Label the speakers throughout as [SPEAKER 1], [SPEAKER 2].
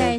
[SPEAKER 1] 哎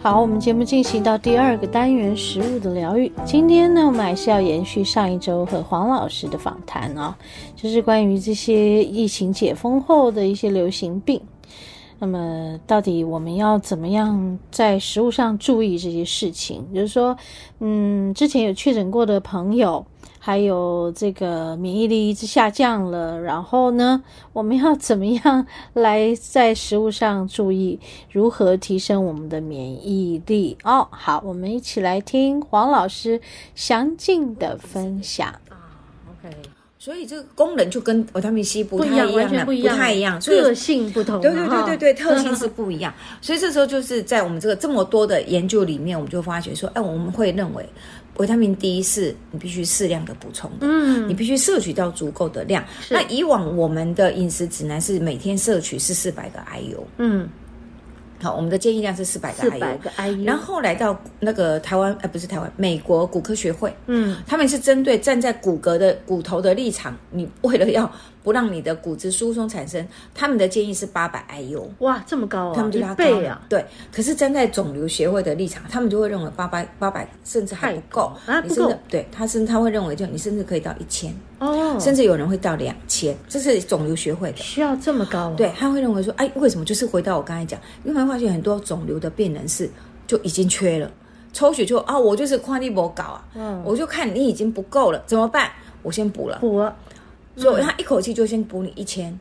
[SPEAKER 2] 好，我们节目进行到第二个单元食物的疗愈。今天呢，我们还是要延续上一周和黄老师的访谈啊、就是关于这些疫情解封后的一些流行病。那么，到底我们要怎么样在食物上注意这些事情？就是说，嗯，之前有确诊过的朋友，还有这个免疫力一直下降了，然后呢，我们要怎么样来在食物上注意如何提升我们的免疫力？哦，好，我们一起来听黄老师详尽的分享。
[SPEAKER 1] 啊 OK，所以这个功能就跟维他命 C 不
[SPEAKER 2] 不
[SPEAKER 1] 太
[SPEAKER 2] 一样，完
[SPEAKER 1] 了
[SPEAKER 2] 全不一
[SPEAKER 1] 不
[SPEAKER 2] 样，
[SPEAKER 1] 太一样，所以
[SPEAKER 2] 个性不同。
[SPEAKER 1] 对对对
[SPEAKER 2] 哈
[SPEAKER 1] 对对，特性是不一样。所以这时候就是在我们这个这么多的研究里面，我们就发觉说，哎，我们会认为维他命 D 是你必须适量的补充的。
[SPEAKER 2] 嗯，
[SPEAKER 1] 你必须摄取到足够的量。
[SPEAKER 2] 是
[SPEAKER 1] 那以往我们的饮食指南是每天摄取是四百个 IU，
[SPEAKER 2] 嗯，
[SPEAKER 1] 好，我们的建议量是四百个
[SPEAKER 2] 四百
[SPEAKER 1] IU。
[SPEAKER 2] 个嗯 IU，
[SPEAKER 1] 然后后来到那个台湾，呃，不是台湾，美国骨科学会，
[SPEAKER 2] 嗯
[SPEAKER 1] 他们是针对站在骨骼的骨头的立场，你为了要不让你的骨质疏松产生，他们的建议是八百 IU，
[SPEAKER 2] 哇这么高啊，
[SPEAKER 1] 他们就
[SPEAKER 2] 一
[SPEAKER 1] 拉高
[SPEAKER 2] 倍
[SPEAKER 1] 了
[SPEAKER 2] 啊，
[SPEAKER 1] 对。可是站在肿瘤协会的立场，他们就会认为八百八百甚至还不够，
[SPEAKER 2] 太啊
[SPEAKER 1] 你
[SPEAKER 2] 不
[SPEAKER 1] 甚至
[SPEAKER 2] 够
[SPEAKER 1] 对他甚至他会认为就你甚至可以到一千，
[SPEAKER 2] 哦，
[SPEAKER 1] 甚至有人会到两千，这是肿瘤学会的。
[SPEAKER 2] 需要这么高、啊？
[SPEAKER 1] 对，他会认为说，哎，为什么？就是回到我刚才讲，因为发现很多肿瘤的病人是就已经缺了，抽血就啊，我就是矿力不搞啊，
[SPEAKER 2] 嗯，
[SPEAKER 1] 我就看你已经不够了，怎么办？我先补了，
[SPEAKER 2] 我
[SPEAKER 1] 所以他一口气就先补你一千，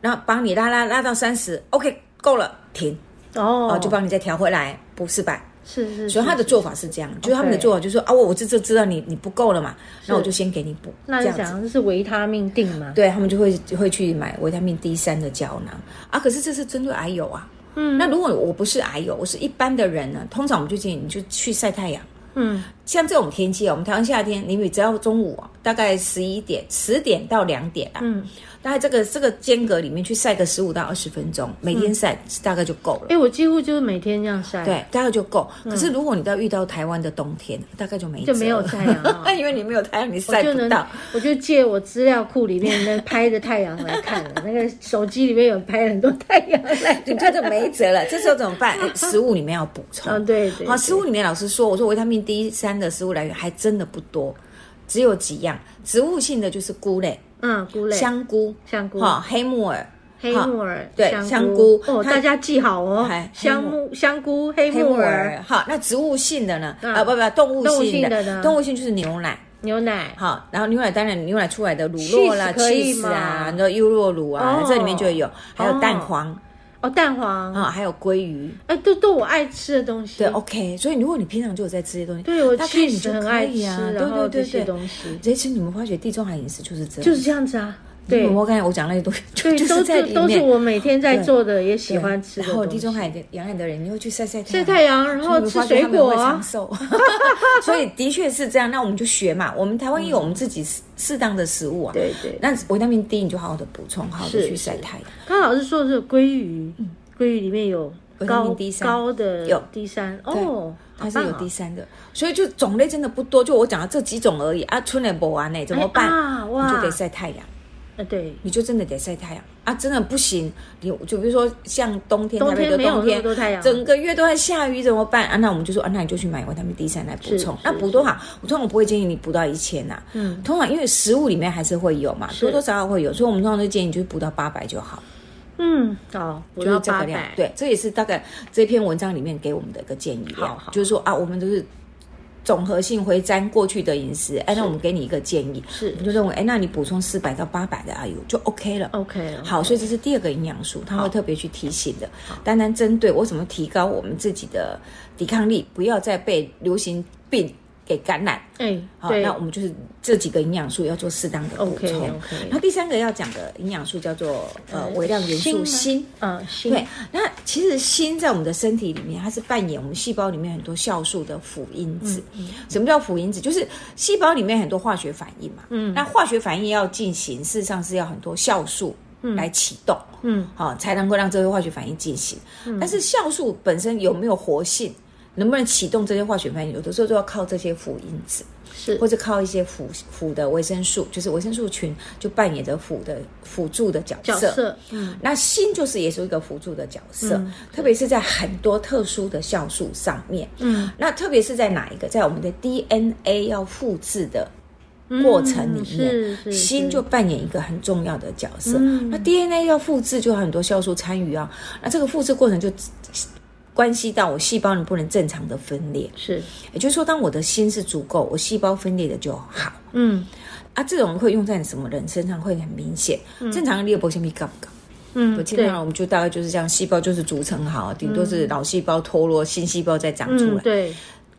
[SPEAKER 1] 然后帮你拉拉拉到三十，OK，够了，停，
[SPEAKER 2] 哦
[SPEAKER 1] 哦，就帮你再调回来，补四百。
[SPEAKER 2] 是是是，
[SPEAKER 1] 所以他的做法是这样，就是他们的做法就是说啊，我我这这知道你你不够了嘛，那我就先给你补，
[SPEAKER 2] 那
[SPEAKER 1] 这样
[SPEAKER 2] 就
[SPEAKER 1] 子。
[SPEAKER 2] 讲的是维他命定嘛？
[SPEAKER 1] 对他们就会就会去买维他命 D 三的胶囊啊。可是这是针对癌友啊。
[SPEAKER 2] 嗯
[SPEAKER 1] 那如果我不是癌友，我是一般的人呢，通常我们就建议你就去晒太阳。
[SPEAKER 2] 嗯，
[SPEAKER 1] 像这种天气啊，我们台湾夏天，你只要中午啊，大概十一点、十点到两点啊，
[SPEAKER 2] 嗯，
[SPEAKER 1] 大概这个这个间隔里面去晒个十五到二十分钟，每
[SPEAKER 2] 嗯
[SPEAKER 1] 天晒大概就够了。
[SPEAKER 2] 哎，我几乎就是每天这样晒，，
[SPEAKER 1] 对，大概就够。可是如果你到遇到台湾的冬天，大概就没
[SPEAKER 2] 嗯就
[SPEAKER 1] 辙
[SPEAKER 2] 没 有
[SPEAKER 1] 了
[SPEAKER 2] 太阳了
[SPEAKER 1] 因为你没有太阳，你
[SPEAKER 2] 我
[SPEAKER 1] 晒
[SPEAKER 2] 就
[SPEAKER 1] 不到
[SPEAKER 2] 能。，我就借我资料库里面那拍的太阳来看了，那个手机里面有拍很多太阳来
[SPEAKER 1] 你
[SPEAKER 2] 看，
[SPEAKER 1] 这就没辙了，这时候怎么 办？哎食物里面要补充。
[SPEAKER 2] 嗯，对对，
[SPEAKER 1] 好，食物里面老师说，我说维他命 D 三的食物来源还真的不多，只有几样，植物性的就是菇类，
[SPEAKER 2] 嗯，菇类、
[SPEAKER 1] 香菇，
[SPEAKER 2] 香菇、
[SPEAKER 1] 哈、黑木耳，
[SPEAKER 2] 黑木耳、
[SPEAKER 1] 对香菇
[SPEAKER 2] 哦，
[SPEAKER 1] 它
[SPEAKER 2] 大家记好哦
[SPEAKER 1] 哎，黑
[SPEAKER 2] 香
[SPEAKER 1] 木
[SPEAKER 2] 木、香菇、黑
[SPEAKER 1] 黑木
[SPEAKER 2] 木耳、
[SPEAKER 1] 耳，好，那植物性的呢？
[SPEAKER 2] 嗯
[SPEAKER 1] 啊，不不，动物
[SPEAKER 2] 动物
[SPEAKER 1] 性
[SPEAKER 2] 性的
[SPEAKER 1] 的，
[SPEAKER 2] 呢
[SPEAKER 1] 动物性就是牛奶，
[SPEAKER 2] 牛奶，
[SPEAKER 1] 好，然后牛奶当然牛奶出来的乳酪啦、
[SPEAKER 2] Cheese 可以
[SPEAKER 1] cheese
[SPEAKER 2] 吗
[SPEAKER 1] 啊，那优酪乳啊，
[SPEAKER 2] 哦
[SPEAKER 1] 这里面就有，还有蛋
[SPEAKER 2] 哦
[SPEAKER 1] 黄
[SPEAKER 2] 哦，嗯蛋黄，
[SPEAKER 1] 啊、还有鲑鱼，
[SPEAKER 2] 哎，都都我爱吃的东西，
[SPEAKER 1] 对，OK。所以如果你平常就有在吃这些东西，
[SPEAKER 2] 对我
[SPEAKER 1] 大概
[SPEAKER 2] 确
[SPEAKER 1] 你
[SPEAKER 2] 实
[SPEAKER 1] 就
[SPEAKER 2] 很
[SPEAKER 1] 可
[SPEAKER 2] 爱吃，
[SPEAKER 1] 以啊
[SPEAKER 2] 然
[SPEAKER 1] 对对
[SPEAKER 2] 后这
[SPEAKER 1] 对
[SPEAKER 2] 些
[SPEAKER 1] 对。
[SPEAKER 2] 东西
[SPEAKER 1] 其实你们发觉地中海饮食就是这样，
[SPEAKER 2] 就是这样子啊，对
[SPEAKER 1] 嗯我刚才我讲那些东西，就
[SPEAKER 2] 对，
[SPEAKER 1] 就是
[SPEAKER 2] 都
[SPEAKER 1] 在
[SPEAKER 2] 都
[SPEAKER 1] 里
[SPEAKER 2] 都是
[SPEAKER 1] 面。
[SPEAKER 2] 我每天在做的，也喜
[SPEAKER 1] 对
[SPEAKER 2] 欢吃的
[SPEAKER 1] 然后
[SPEAKER 2] 东
[SPEAKER 1] 地
[SPEAKER 2] 西。
[SPEAKER 1] 中海的沿岸的人，你会去晒晒太
[SPEAKER 2] 晒
[SPEAKER 1] 阳，
[SPEAKER 2] 太阳，然后
[SPEAKER 1] 你会
[SPEAKER 2] 吃
[SPEAKER 1] 发觉
[SPEAKER 2] 水
[SPEAKER 1] 他们也
[SPEAKER 2] 果
[SPEAKER 1] 会
[SPEAKER 2] 啊
[SPEAKER 1] 长， 寿。所以的确是这样。那我们就学嘛，我们台湾也有我们自己适适当的食物啊。
[SPEAKER 2] 对对。
[SPEAKER 1] 那维他命 D 你就好好的补充，好好的
[SPEAKER 2] 是
[SPEAKER 1] 去晒
[SPEAKER 2] 是
[SPEAKER 1] 太阳。
[SPEAKER 2] 刚老师说的是鲑鱼，鲑鱼里面有
[SPEAKER 1] 维嗯他
[SPEAKER 2] 高
[SPEAKER 1] 命 D3
[SPEAKER 2] 高的
[SPEAKER 1] 有
[SPEAKER 2] D 三哦，
[SPEAKER 1] 它是
[SPEAKER 2] 好
[SPEAKER 1] 有
[SPEAKER 2] 棒啊
[SPEAKER 1] 第三的，所以就种类真的不多，就我讲的这几种而已啊，春也不完呢，怎么办？
[SPEAKER 2] 哎啊哇
[SPEAKER 1] 你就得晒太阳，
[SPEAKER 2] 呃对，
[SPEAKER 1] 你就真的得晒太阳啊！真的不行，你就比如说像冬天，
[SPEAKER 2] 冬
[SPEAKER 1] 台北
[SPEAKER 2] 天
[SPEAKER 1] 的
[SPEAKER 2] 没有
[SPEAKER 1] 冬
[SPEAKER 2] 那
[SPEAKER 1] 天
[SPEAKER 2] 么，多太阳，
[SPEAKER 1] 整个月都在下雨，怎么办啊？那我们就说啊，那你就去买维他命 D 三来补
[SPEAKER 2] 是
[SPEAKER 1] 充
[SPEAKER 2] 是。
[SPEAKER 1] 那补多少？我通常不会建议你补到一千呐，
[SPEAKER 2] 嗯
[SPEAKER 1] 通常因为食物里面还是会有嘛，
[SPEAKER 2] 是
[SPEAKER 1] 多多少少会有，所以我们通常就建议你就是补到八百就好，
[SPEAKER 2] 嗯好，不
[SPEAKER 1] 就
[SPEAKER 2] 到
[SPEAKER 1] 是这
[SPEAKER 2] 八
[SPEAKER 1] 个量。
[SPEAKER 2] 百，
[SPEAKER 1] 对，这也是大概这篇文章里面给我们的一个建议
[SPEAKER 2] 好
[SPEAKER 1] 量
[SPEAKER 2] 好，
[SPEAKER 1] 就是说啊，我们都是总和性回沾过去的饮食，哎，那我们给你一个建议，
[SPEAKER 2] 是
[SPEAKER 1] 我们就认为哎，那你补充四百到八百的阿油就 OK 了。
[SPEAKER 2] OK
[SPEAKER 1] 好，所以这是第二个营养素，它会特别去提醒的。单单针对我怎么提高我们自己的抵抗力，不要再被流行病给感染。
[SPEAKER 2] 哎，
[SPEAKER 1] 好，
[SPEAKER 2] 对
[SPEAKER 1] 那我们就是这几个营养素要做适当的补
[SPEAKER 2] ，OK
[SPEAKER 1] 充。然
[SPEAKER 2] OK，
[SPEAKER 1] 后第三个要讲的营养素叫做呃
[SPEAKER 2] 呃
[SPEAKER 1] 微量元
[SPEAKER 2] 锌
[SPEAKER 1] 素
[SPEAKER 2] 吗
[SPEAKER 1] 锌。
[SPEAKER 2] 嗯，锌
[SPEAKER 1] 对，那其实锌在我们的身体里面，它是扮演我们细胞里面很多酵素的辅因子。
[SPEAKER 2] 嗯
[SPEAKER 1] 什么叫辅因子？就是细胞里面很多化学反应嘛。
[SPEAKER 2] 嗯
[SPEAKER 1] 那化学反应要进行，事实上是要很多酵素来启动，
[SPEAKER 2] 嗯
[SPEAKER 1] 好、才能够让这些化学反应进行。但是酵素本身有没有活性，能不能启动这些化学反应，有的时候就要靠这些辅因子。
[SPEAKER 2] 是
[SPEAKER 1] 或者靠一些辅辅的维生素，就是维生素群就扮演着辅的辅助的角
[SPEAKER 2] 角
[SPEAKER 1] 色。
[SPEAKER 2] 色，嗯
[SPEAKER 1] 那锌就是也是一个辅助的角色，
[SPEAKER 2] 嗯
[SPEAKER 1] 特别是在很多特殊的酵素上面。
[SPEAKER 2] 嗯，
[SPEAKER 1] 那特别是在哪一个，在我们的 DNA 要复制的过程里
[SPEAKER 2] 嗯是
[SPEAKER 1] 面，
[SPEAKER 2] 是
[SPEAKER 1] 锌
[SPEAKER 2] 是
[SPEAKER 1] 就扮演一个很重要的角色。
[SPEAKER 2] 嗯
[SPEAKER 1] 那 DNA 要复制，就有很多酵素参与啊。那这个复制过程就关系到我细胞能不能正常的分裂。
[SPEAKER 2] 是，
[SPEAKER 1] 也就是说，当我的心是足够，我细胞分裂的就好
[SPEAKER 2] 嗯
[SPEAKER 1] 啊。这种会用在什么人身上会很明显。正常的裂波线比高不高？
[SPEAKER 2] 嗯，
[SPEAKER 1] 我经
[SPEAKER 2] 对
[SPEAKER 1] 常我们就大概就是这样，细胞就是组成好，顶多是老细胞脱落，新细胞再长出
[SPEAKER 2] 嗯
[SPEAKER 1] 来。
[SPEAKER 2] 对，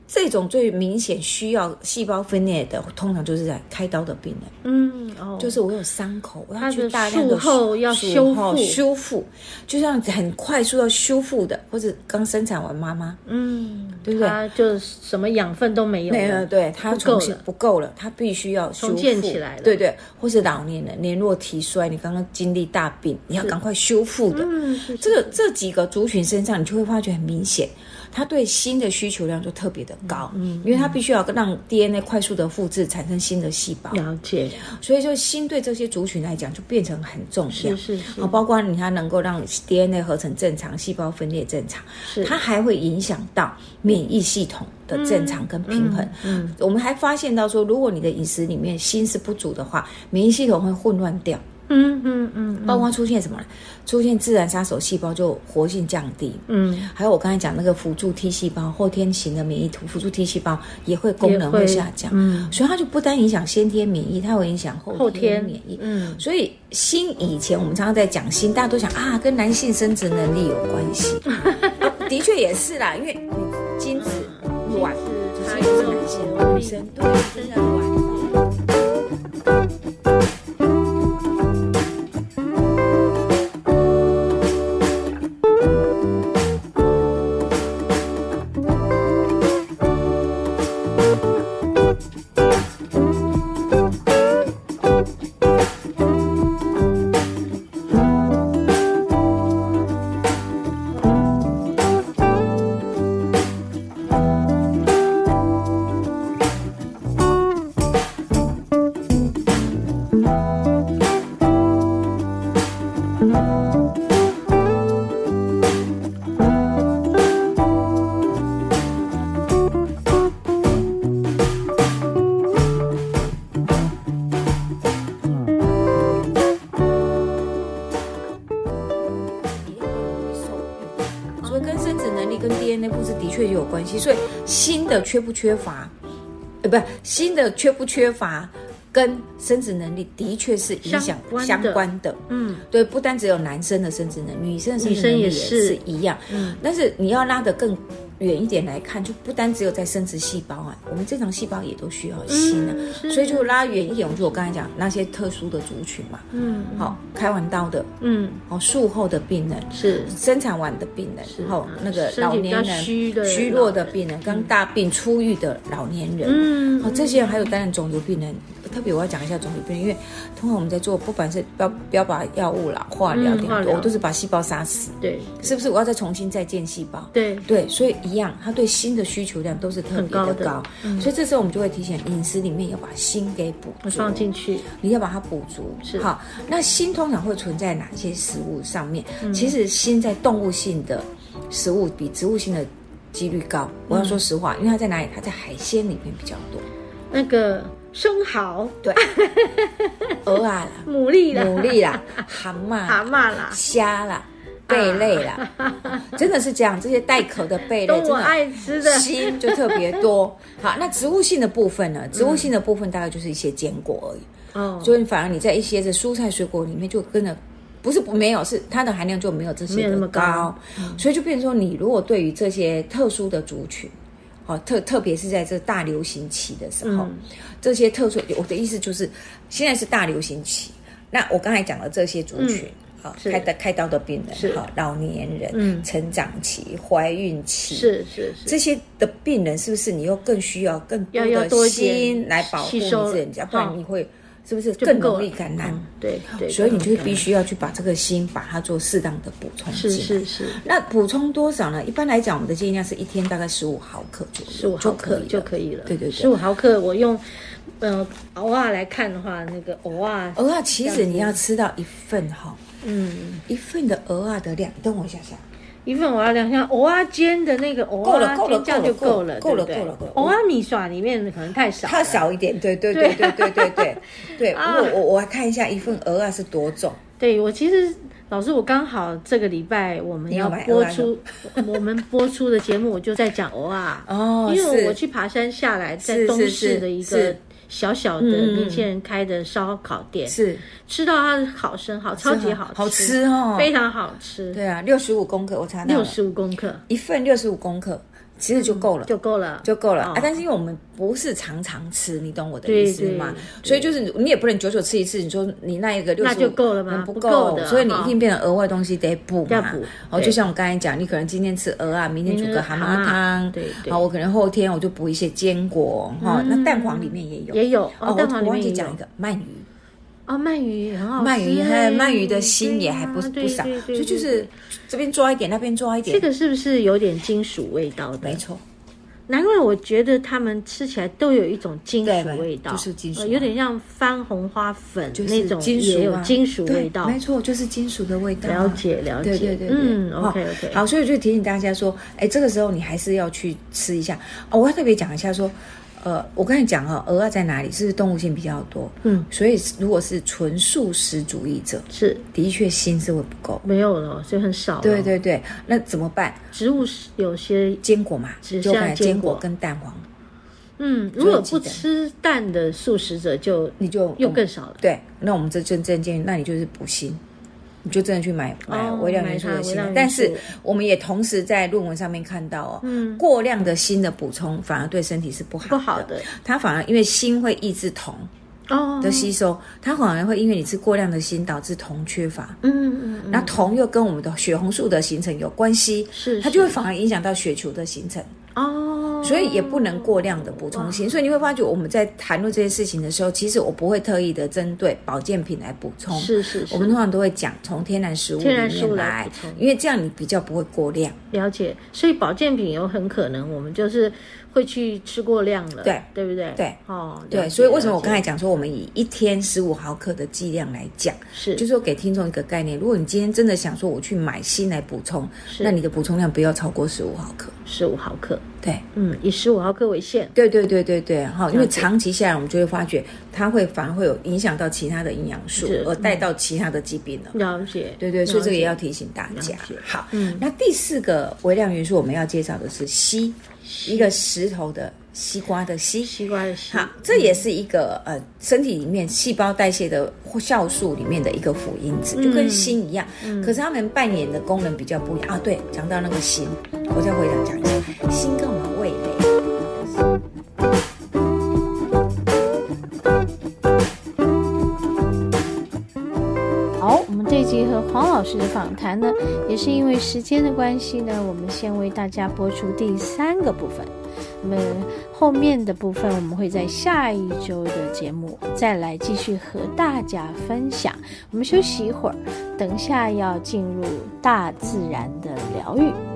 [SPEAKER 1] 这种最明显需要细胞分裂的，通常就是在开刀的病人，
[SPEAKER 2] 嗯哦，
[SPEAKER 1] 就是我有伤口，我
[SPEAKER 2] 它
[SPEAKER 1] 要
[SPEAKER 2] 的
[SPEAKER 1] 去大量的
[SPEAKER 2] 术后要
[SPEAKER 1] 术
[SPEAKER 2] 修
[SPEAKER 1] 后
[SPEAKER 2] 复
[SPEAKER 1] 修复，就像很快速要修复的，或者刚生产完妈妈，
[SPEAKER 2] 嗯，
[SPEAKER 1] 对不对
[SPEAKER 2] 它就是什么养分都没有
[SPEAKER 1] 对
[SPEAKER 2] 了，
[SPEAKER 1] 呃对，它
[SPEAKER 2] 不够
[SPEAKER 1] 重新
[SPEAKER 2] 了
[SPEAKER 1] 不够了，它必须要修
[SPEAKER 2] 重
[SPEAKER 1] 复
[SPEAKER 2] 建起来了
[SPEAKER 1] 对对，或是老年人年弱体衰，你刚刚经历大病，你要赶快修复的。
[SPEAKER 2] 嗯，是
[SPEAKER 1] 这个这几个族群身上，你就会发觉很明显，它对锌的需求量就特别的高，嗯，因为它必须要让 DNA 快速的复制，产生新的细胞，
[SPEAKER 2] 了解，
[SPEAKER 1] 所以就锌对这些族群来讲就变成很重要
[SPEAKER 2] 是。是是
[SPEAKER 1] 好，，包括你它能够让 DNA 合成正常，细胞分裂正常，
[SPEAKER 2] 是
[SPEAKER 1] 它还会影响到免疫系统的正常跟平衡。
[SPEAKER 2] 嗯，
[SPEAKER 1] 我们还发现到说，如果你的饮食里面锌是不足的话，免疫系统会混乱掉，
[SPEAKER 2] 嗯嗯嗯
[SPEAKER 1] 包括出现什么呢？出现自然杀手细胞就活性降低。
[SPEAKER 2] 嗯，
[SPEAKER 1] 还有我刚才讲那个辅助 T 细胞，后天型的免疫辅助 T 细胞也会功能会下降，
[SPEAKER 2] 嗯，
[SPEAKER 1] 所以它就不单影响先天免疫，它会影响后
[SPEAKER 2] 后
[SPEAKER 1] 天
[SPEAKER 2] 天
[SPEAKER 1] 免疫。
[SPEAKER 2] 嗯
[SPEAKER 1] 所以锌以前我们常常在讲锌，大家都想啊，跟男性生殖能力有关 系，啊的确也是啦，因为你精子卵
[SPEAKER 2] 是
[SPEAKER 1] 所
[SPEAKER 2] 嗯它
[SPEAKER 1] 以是男性
[SPEAKER 2] 有
[SPEAKER 1] 女生对真的卵。所以跟生殖能力跟 DNA 复制的确有关系。所以新的缺不缺乏，呃，不，新的缺不缺乏跟生殖能力的确是影响
[SPEAKER 2] 相关的
[SPEAKER 1] 相关的。
[SPEAKER 2] 嗯
[SPEAKER 1] 对，不单只有男生的生殖能力，女生的生殖能力
[SPEAKER 2] 女
[SPEAKER 1] 也
[SPEAKER 2] 生也是
[SPEAKER 1] 是一样。
[SPEAKER 2] 嗯
[SPEAKER 1] 但是你要拉得更远一点来看，就不单只有在生殖细胞啊，我们正常细胞也都需要锌啊。
[SPEAKER 2] 嗯是
[SPEAKER 1] 所以就拉远一点，我们就我刚才讲那些特殊的族群嘛，
[SPEAKER 2] 嗯
[SPEAKER 1] 好、开完刀的，
[SPEAKER 2] 嗯
[SPEAKER 1] 哦，术后的病人，
[SPEAKER 2] 是
[SPEAKER 1] 生产完的病人，好、那个
[SPEAKER 2] 身
[SPEAKER 1] 老
[SPEAKER 2] 体比
[SPEAKER 1] 年
[SPEAKER 2] 较
[SPEAKER 1] 人
[SPEAKER 2] 虚的
[SPEAKER 1] 虚弱的病人，刚大病初愈的老年人，
[SPEAKER 2] 嗯
[SPEAKER 1] 哦，这些人还有担任肿瘤病人，特别我要讲一下肿瘤病人，因为通常我们在做，不管是标标靶药物啦、化疗
[SPEAKER 2] 嗯
[SPEAKER 1] 等
[SPEAKER 2] 化
[SPEAKER 1] 等，
[SPEAKER 2] 疗
[SPEAKER 1] 我都是把细胞杀死，
[SPEAKER 2] 对
[SPEAKER 1] 是不是？我要再重新再建细胞。
[SPEAKER 2] 对
[SPEAKER 1] 对，所以一样，它对锌的需求量都是特别的高，
[SPEAKER 2] 很高的嗯
[SPEAKER 1] 所以这时候我们就会提醒饮食里面要把锌给补足，
[SPEAKER 2] 放进去
[SPEAKER 1] 你要把它补足。
[SPEAKER 2] 是
[SPEAKER 1] 好，那锌通常会存在哪些食物上面？
[SPEAKER 2] 嗯
[SPEAKER 1] 其实锌在动物性的食物比植物性的几率高。我要
[SPEAKER 2] 嗯
[SPEAKER 1] 说实话，因为它在哪里？它在海鲜里面比较多。
[SPEAKER 2] 那个生蚝、
[SPEAKER 1] 对，鹅啊啦，
[SPEAKER 2] 牡蛎啦、
[SPEAKER 1] 牡蛎 啊啦，蛤
[SPEAKER 2] 蛤
[SPEAKER 1] 蟆啦，
[SPEAKER 2] 蟆啦，
[SPEAKER 1] 虾啦，贝类啦， 真的是这样。这些带壳的贝类，
[SPEAKER 2] 都
[SPEAKER 1] 真
[SPEAKER 2] 我
[SPEAKER 1] 的
[SPEAKER 2] 爱吃的。
[SPEAKER 1] 锌就特别多。好，那植物性的部分呢？植物性的部分大概就是一些坚果而已。
[SPEAKER 2] 哦，
[SPEAKER 1] 所以反而你在一些的蔬菜水果里面就跟着。不是不没有，是它的嗯含量就没有这些
[SPEAKER 2] 没有那
[SPEAKER 1] 的
[SPEAKER 2] 么高
[SPEAKER 1] 所以就变成说，你如果对于这些特殊的族群，好、特特别是在这大流行期的时候，
[SPEAKER 2] 嗯
[SPEAKER 1] 这些特殊，我的意思就是现在是大流行期。那我刚才讲了这些族群。好，
[SPEAKER 2] 是
[SPEAKER 1] 开刀开刀的病
[SPEAKER 2] 是
[SPEAKER 1] 人，好，老年人，
[SPEAKER 2] 嗯
[SPEAKER 1] 成长期、怀孕期，
[SPEAKER 2] 是是是，
[SPEAKER 1] 这些的病人是不是你又更需要更多
[SPEAKER 2] 要要多
[SPEAKER 1] 的
[SPEAKER 2] 一点
[SPEAKER 1] 心来保护
[SPEAKER 2] 吸
[SPEAKER 1] 你
[SPEAKER 2] 收
[SPEAKER 1] 自己，要不
[SPEAKER 2] 哦
[SPEAKER 1] 然你会是不是
[SPEAKER 2] 就不
[SPEAKER 1] 更
[SPEAKER 2] 够
[SPEAKER 1] 容易
[SPEAKER 2] 了
[SPEAKER 1] 感染？
[SPEAKER 2] 嗯对对，
[SPEAKER 1] 所以你就
[SPEAKER 2] 更容易
[SPEAKER 1] 必须要去把这个锌把它做适当的补充
[SPEAKER 2] 感
[SPEAKER 1] 进
[SPEAKER 2] 染
[SPEAKER 1] 来。
[SPEAKER 2] 是是是
[SPEAKER 1] 那补充多少呢？一般来讲，我们的建议量是一天大概十五毫克左右，
[SPEAKER 2] 十五毫克
[SPEAKER 1] 就
[SPEAKER 2] 就
[SPEAKER 1] 可以了。
[SPEAKER 2] 可以
[SPEAKER 1] 对
[SPEAKER 2] 了，
[SPEAKER 1] 对对
[SPEAKER 2] 十五毫克我用呃偶尔来看的话，那个偶尔
[SPEAKER 1] 鹅啊，其实你要吃到一份哈，
[SPEAKER 2] 嗯
[SPEAKER 1] 一份的鹅啊的两，等我想想，
[SPEAKER 2] 一份偶尔两像偶尔煎的那个偶
[SPEAKER 1] 够
[SPEAKER 2] 尔
[SPEAKER 1] 了够了
[SPEAKER 2] 这样就
[SPEAKER 1] 够
[SPEAKER 2] 了，
[SPEAKER 1] 了
[SPEAKER 2] 对
[SPEAKER 1] 够
[SPEAKER 2] 不
[SPEAKER 1] 了
[SPEAKER 2] 对
[SPEAKER 1] 够了够了
[SPEAKER 2] 偶尔米耍里面可能太少了，
[SPEAKER 1] 太少一点，对对对对对对对对。
[SPEAKER 2] 嗯啊
[SPEAKER 1] 我我我还看一下一份鹅啊是多重，
[SPEAKER 2] 对我其实老师，我刚好这个礼拜我们
[SPEAKER 1] 你
[SPEAKER 2] 要
[SPEAKER 1] 有买
[SPEAKER 2] 播
[SPEAKER 1] 偶啊
[SPEAKER 2] 出， 我们播出的节目我就在讲偶啊，
[SPEAKER 1] 哦
[SPEAKER 2] 因为
[SPEAKER 1] 是
[SPEAKER 2] 我去爬山下来，在
[SPEAKER 1] 是
[SPEAKER 2] 东
[SPEAKER 1] 是
[SPEAKER 2] 市
[SPEAKER 1] 是
[SPEAKER 2] 的一个
[SPEAKER 1] 是
[SPEAKER 2] 小小的
[SPEAKER 1] 嗯嗯
[SPEAKER 2] 年轻人开的烧烤店，
[SPEAKER 1] 是
[SPEAKER 2] 吃到它的烤生蚝，超级好吃，
[SPEAKER 1] 好吃哦。
[SPEAKER 2] 非常好吃，
[SPEAKER 1] 对啊，啊六十五公克，我查到
[SPEAKER 2] 六
[SPEAKER 1] 了，
[SPEAKER 2] 十五公克
[SPEAKER 1] 一份六十五公克，其实就够了。
[SPEAKER 2] 就够了，
[SPEAKER 1] 就够了、
[SPEAKER 2] 哦
[SPEAKER 1] 啊！但是因为我们不是常常吃，你懂我的
[SPEAKER 2] 对
[SPEAKER 1] 意思吗？所以就是你也不能久久吃一次。你说你那一个六
[SPEAKER 2] 那
[SPEAKER 1] 十嗯
[SPEAKER 2] 就够了吗
[SPEAKER 1] 不
[SPEAKER 2] 不
[SPEAKER 1] 够
[SPEAKER 2] 够的
[SPEAKER 1] 所以你
[SPEAKER 2] 哈
[SPEAKER 1] 一定变成额外东西得补
[SPEAKER 2] 要
[SPEAKER 1] 嘛。
[SPEAKER 2] 补
[SPEAKER 1] 哦，
[SPEAKER 2] 对
[SPEAKER 1] 就像我刚才讲，你可能今天吃鹅啊，明天煮
[SPEAKER 2] 明天
[SPEAKER 1] 个蛤
[SPEAKER 2] 蛤蟆
[SPEAKER 1] 蟆汤，啊
[SPEAKER 2] 对对
[SPEAKER 1] 好，我可能后天我就补一些坚果哈、那蛋黄里面也有，
[SPEAKER 2] 也有哦
[SPEAKER 1] 哦，
[SPEAKER 2] 蛋黄
[SPEAKER 1] 我
[SPEAKER 2] 里
[SPEAKER 1] 忘
[SPEAKER 2] 面也
[SPEAKER 1] 记
[SPEAKER 2] 有
[SPEAKER 1] 讲一个鳗鱼。
[SPEAKER 2] 哦，鳗鱼也很好吃
[SPEAKER 1] 鳗
[SPEAKER 2] 哎，
[SPEAKER 1] 鱼还鳗鱼的心也
[SPEAKER 2] 对
[SPEAKER 1] 还不
[SPEAKER 2] 呀
[SPEAKER 1] 不少，
[SPEAKER 2] 对对
[SPEAKER 1] 所
[SPEAKER 2] 对
[SPEAKER 1] 以就
[SPEAKER 2] 对
[SPEAKER 1] 是
[SPEAKER 2] 对
[SPEAKER 1] 这边抓一点，那边抓一点
[SPEAKER 2] 这，个是不是有点金属味道的
[SPEAKER 1] 没？错，
[SPEAKER 2] 难怪我觉得他们吃起来都有一种金
[SPEAKER 1] 对
[SPEAKER 2] 属味道，
[SPEAKER 1] 就是金属
[SPEAKER 2] 呃有点像番红花粉、
[SPEAKER 1] 就是
[SPEAKER 2] 那种，
[SPEAKER 1] 金属
[SPEAKER 2] 也有
[SPEAKER 1] 啊
[SPEAKER 2] 金属味
[SPEAKER 1] 对
[SPEAKER 2] 道。
[SPEAKER 1] 没错，就是金属的味道啊。
[SPEAKER 2] 了解了解，
[SPEAKER 1] 对对对对，哦
[SPEAKER 2] 嗯
[SPEAKER 1] 好
[SPEAKER 2] ，OK OK，
[SPEAKER 1] 好，所以就提醒大家说，哎，这个时候你还是要去吃一下哦。我要特别讲一下说，呃，我刚才讲哈、鹅啊在哪里？是不是动物性比较多？
[SPEAKER 2] 嗯，
[SPEAKER 1] 所以如果是纯素食主义者，
[SPEAKER 2] 是
[SPEAKER 1] 的确心是会不够。
[SPEAKER 2] 没有了，所以很少。
[SPEAKER 1] 对，对对，那怎么办？
[SPEAKER 2] 植物是有些，
[SPEAKER 1] 坚果嘛，
[SPEAKER 2] 只
[SPEAKER 1] 就
[SPEAKER 2] 剩
[SPEAKER 1] 买
[SPEAKER 2] 坚
[SPEAKER 1] 坚果
[SPEAKER 2] 果
[SPEAKER 1] 跟蛋黄，
[SPEAKER 2] 嗯，如
[SPEAKER 1] 所以
[SPEAKER 2] 果不
[SPEAKER 1] 鸡蛋
[SPEAKER 2] 吃蛋的素食者就
[SPEAKER 1] 你就
[SPEAKER 2] 又更少了。
[SPEAKER 1] 对，那我们这真正建议，那你就是补锌，你就真的去买买
[SPEAKER 2] 哦
[SPEAKER 1] 微量元素
[SPEAKER 2] 买
[SPEAKER 1] 的
[SPEAKER 2] 它
[SPEAKER 1] 锌
[SPEAKER 2] 微量元
[SPEAKER 1] 了。
[SPEAKER 2] 素
[SPEAKER 1] 但是我们也同时在论文上面看到哦，
[SPEAKER 2] 嗯
[SPEAKER 1] 过量的锌的补充反而对身体是不好
[SPEAKER 2] 不好的
[SPEAKER 1] 它反而因为锌会抑制铜
[SPEAKER 2] 哦，
[SPEAKER 1] 的吸收，它反而会因为你吃过量的锌导致铜缺乏。
[SPEAKER 2] 嗯嗯嗯，
[SPEAKER 1] 那铜又跟我们的血红素的形成有关系，
[SPEAKER 2] 是
[SPEAKER 1] 它就会反而影响到血球的形成。
[SPEAKER 2] 哦，
[SPEAKER 1] 所以也不能过量的补充锌，所以你会发觉我们在谈论这些事情的时候，其实我不会特意的针对保健品来补充，
[SPEAKER 2] 是是是，
[SPEAKER 1] 我们通常都会讲从天然食物里
[SPEAKER 2] 天然食物
[SPEAKER 1] 面
[SPEAKER 2] 来
[SPEAKER 1] 来
[SPEAKER 2] 补充，
[SPEAKER 1] 因为这样你比较不会过量。
[SPEAKER 2] 了解，所以保健品有很可能我们就是会去吃过量了，
[SPEAKER 1] 对
[SPEAKER 2] 对不对？
[SPEAKER 1] 对
[SPEAKER 2] 哦，了
[SPEAKER 1] 对，
[SPEAKER 2] 解
[SPEAKER 1] 所以为什么我
[SPEAKER 2] 了解
[SPEAKER 1] 刚才讲说，我们以一天十五毫克的剂量来讲，
[SPEAKER 2] 是
[SPEAKER 1] 就是说给听众一个概念。如果你今天真的想说我去买锌来补充，
[SPEAKER 2] 是
[SPEAKER 1] 那你的补充量不要超过十五毫克。
[SPEAKER 2] 十五毫克，
[SPEAKER 1] 对，
[SPEAKER 2] 嗯，以十五毫克为限，
[SPEAKER 1] 对对对对对，哈，因
[SPEAKER 2] 了
[SPEAKER 1] 为
[SPEAKER 2] 解
[SPEAKER 1] 长期下来，我们就会发觉它会反而会有影响到其他的营养素
[SPEAKER 2] 是，嗯
[SPEAKER 1] 而带到其他的疾病了。
[SPEAKER 2] 了解，
[SPEAKER 1] 对对，所以这个也要
[SPEAKER 2] 了解
[SPEAKER 1] 提醒大家
[SPEAKER 2] 了解。
[SPEAKER 1] 好，
[SPEAKER 2] 嗯
[SPEAKER 1] 那第四个微量元素我们要介绍的是硒，一个石头的西瓜的硒。
[SPEAKER 2] 西瓜的西
[SPEAKER 1] 好，这也是一个呃身体里面细胞代谢的酵素里面的一个辅因
[SPEAKER 2] 嗯
[SPEAKER 1] 子，就跟锌一样。可是它们扮演的功能比较不一样啊。对，讲到那个锌，我再回来讲一下，锌跟我们味蕾。
[SPEAKER 2] 好，我们这一集和黄老师的访谈呢，也是因为时间的关系呢，我们先为大家播出第三个部分。那么后面的部分，我们会在下一周的节目再来继续和大家分享。我们休息一会儿，等一下要进入大自然的疗愈。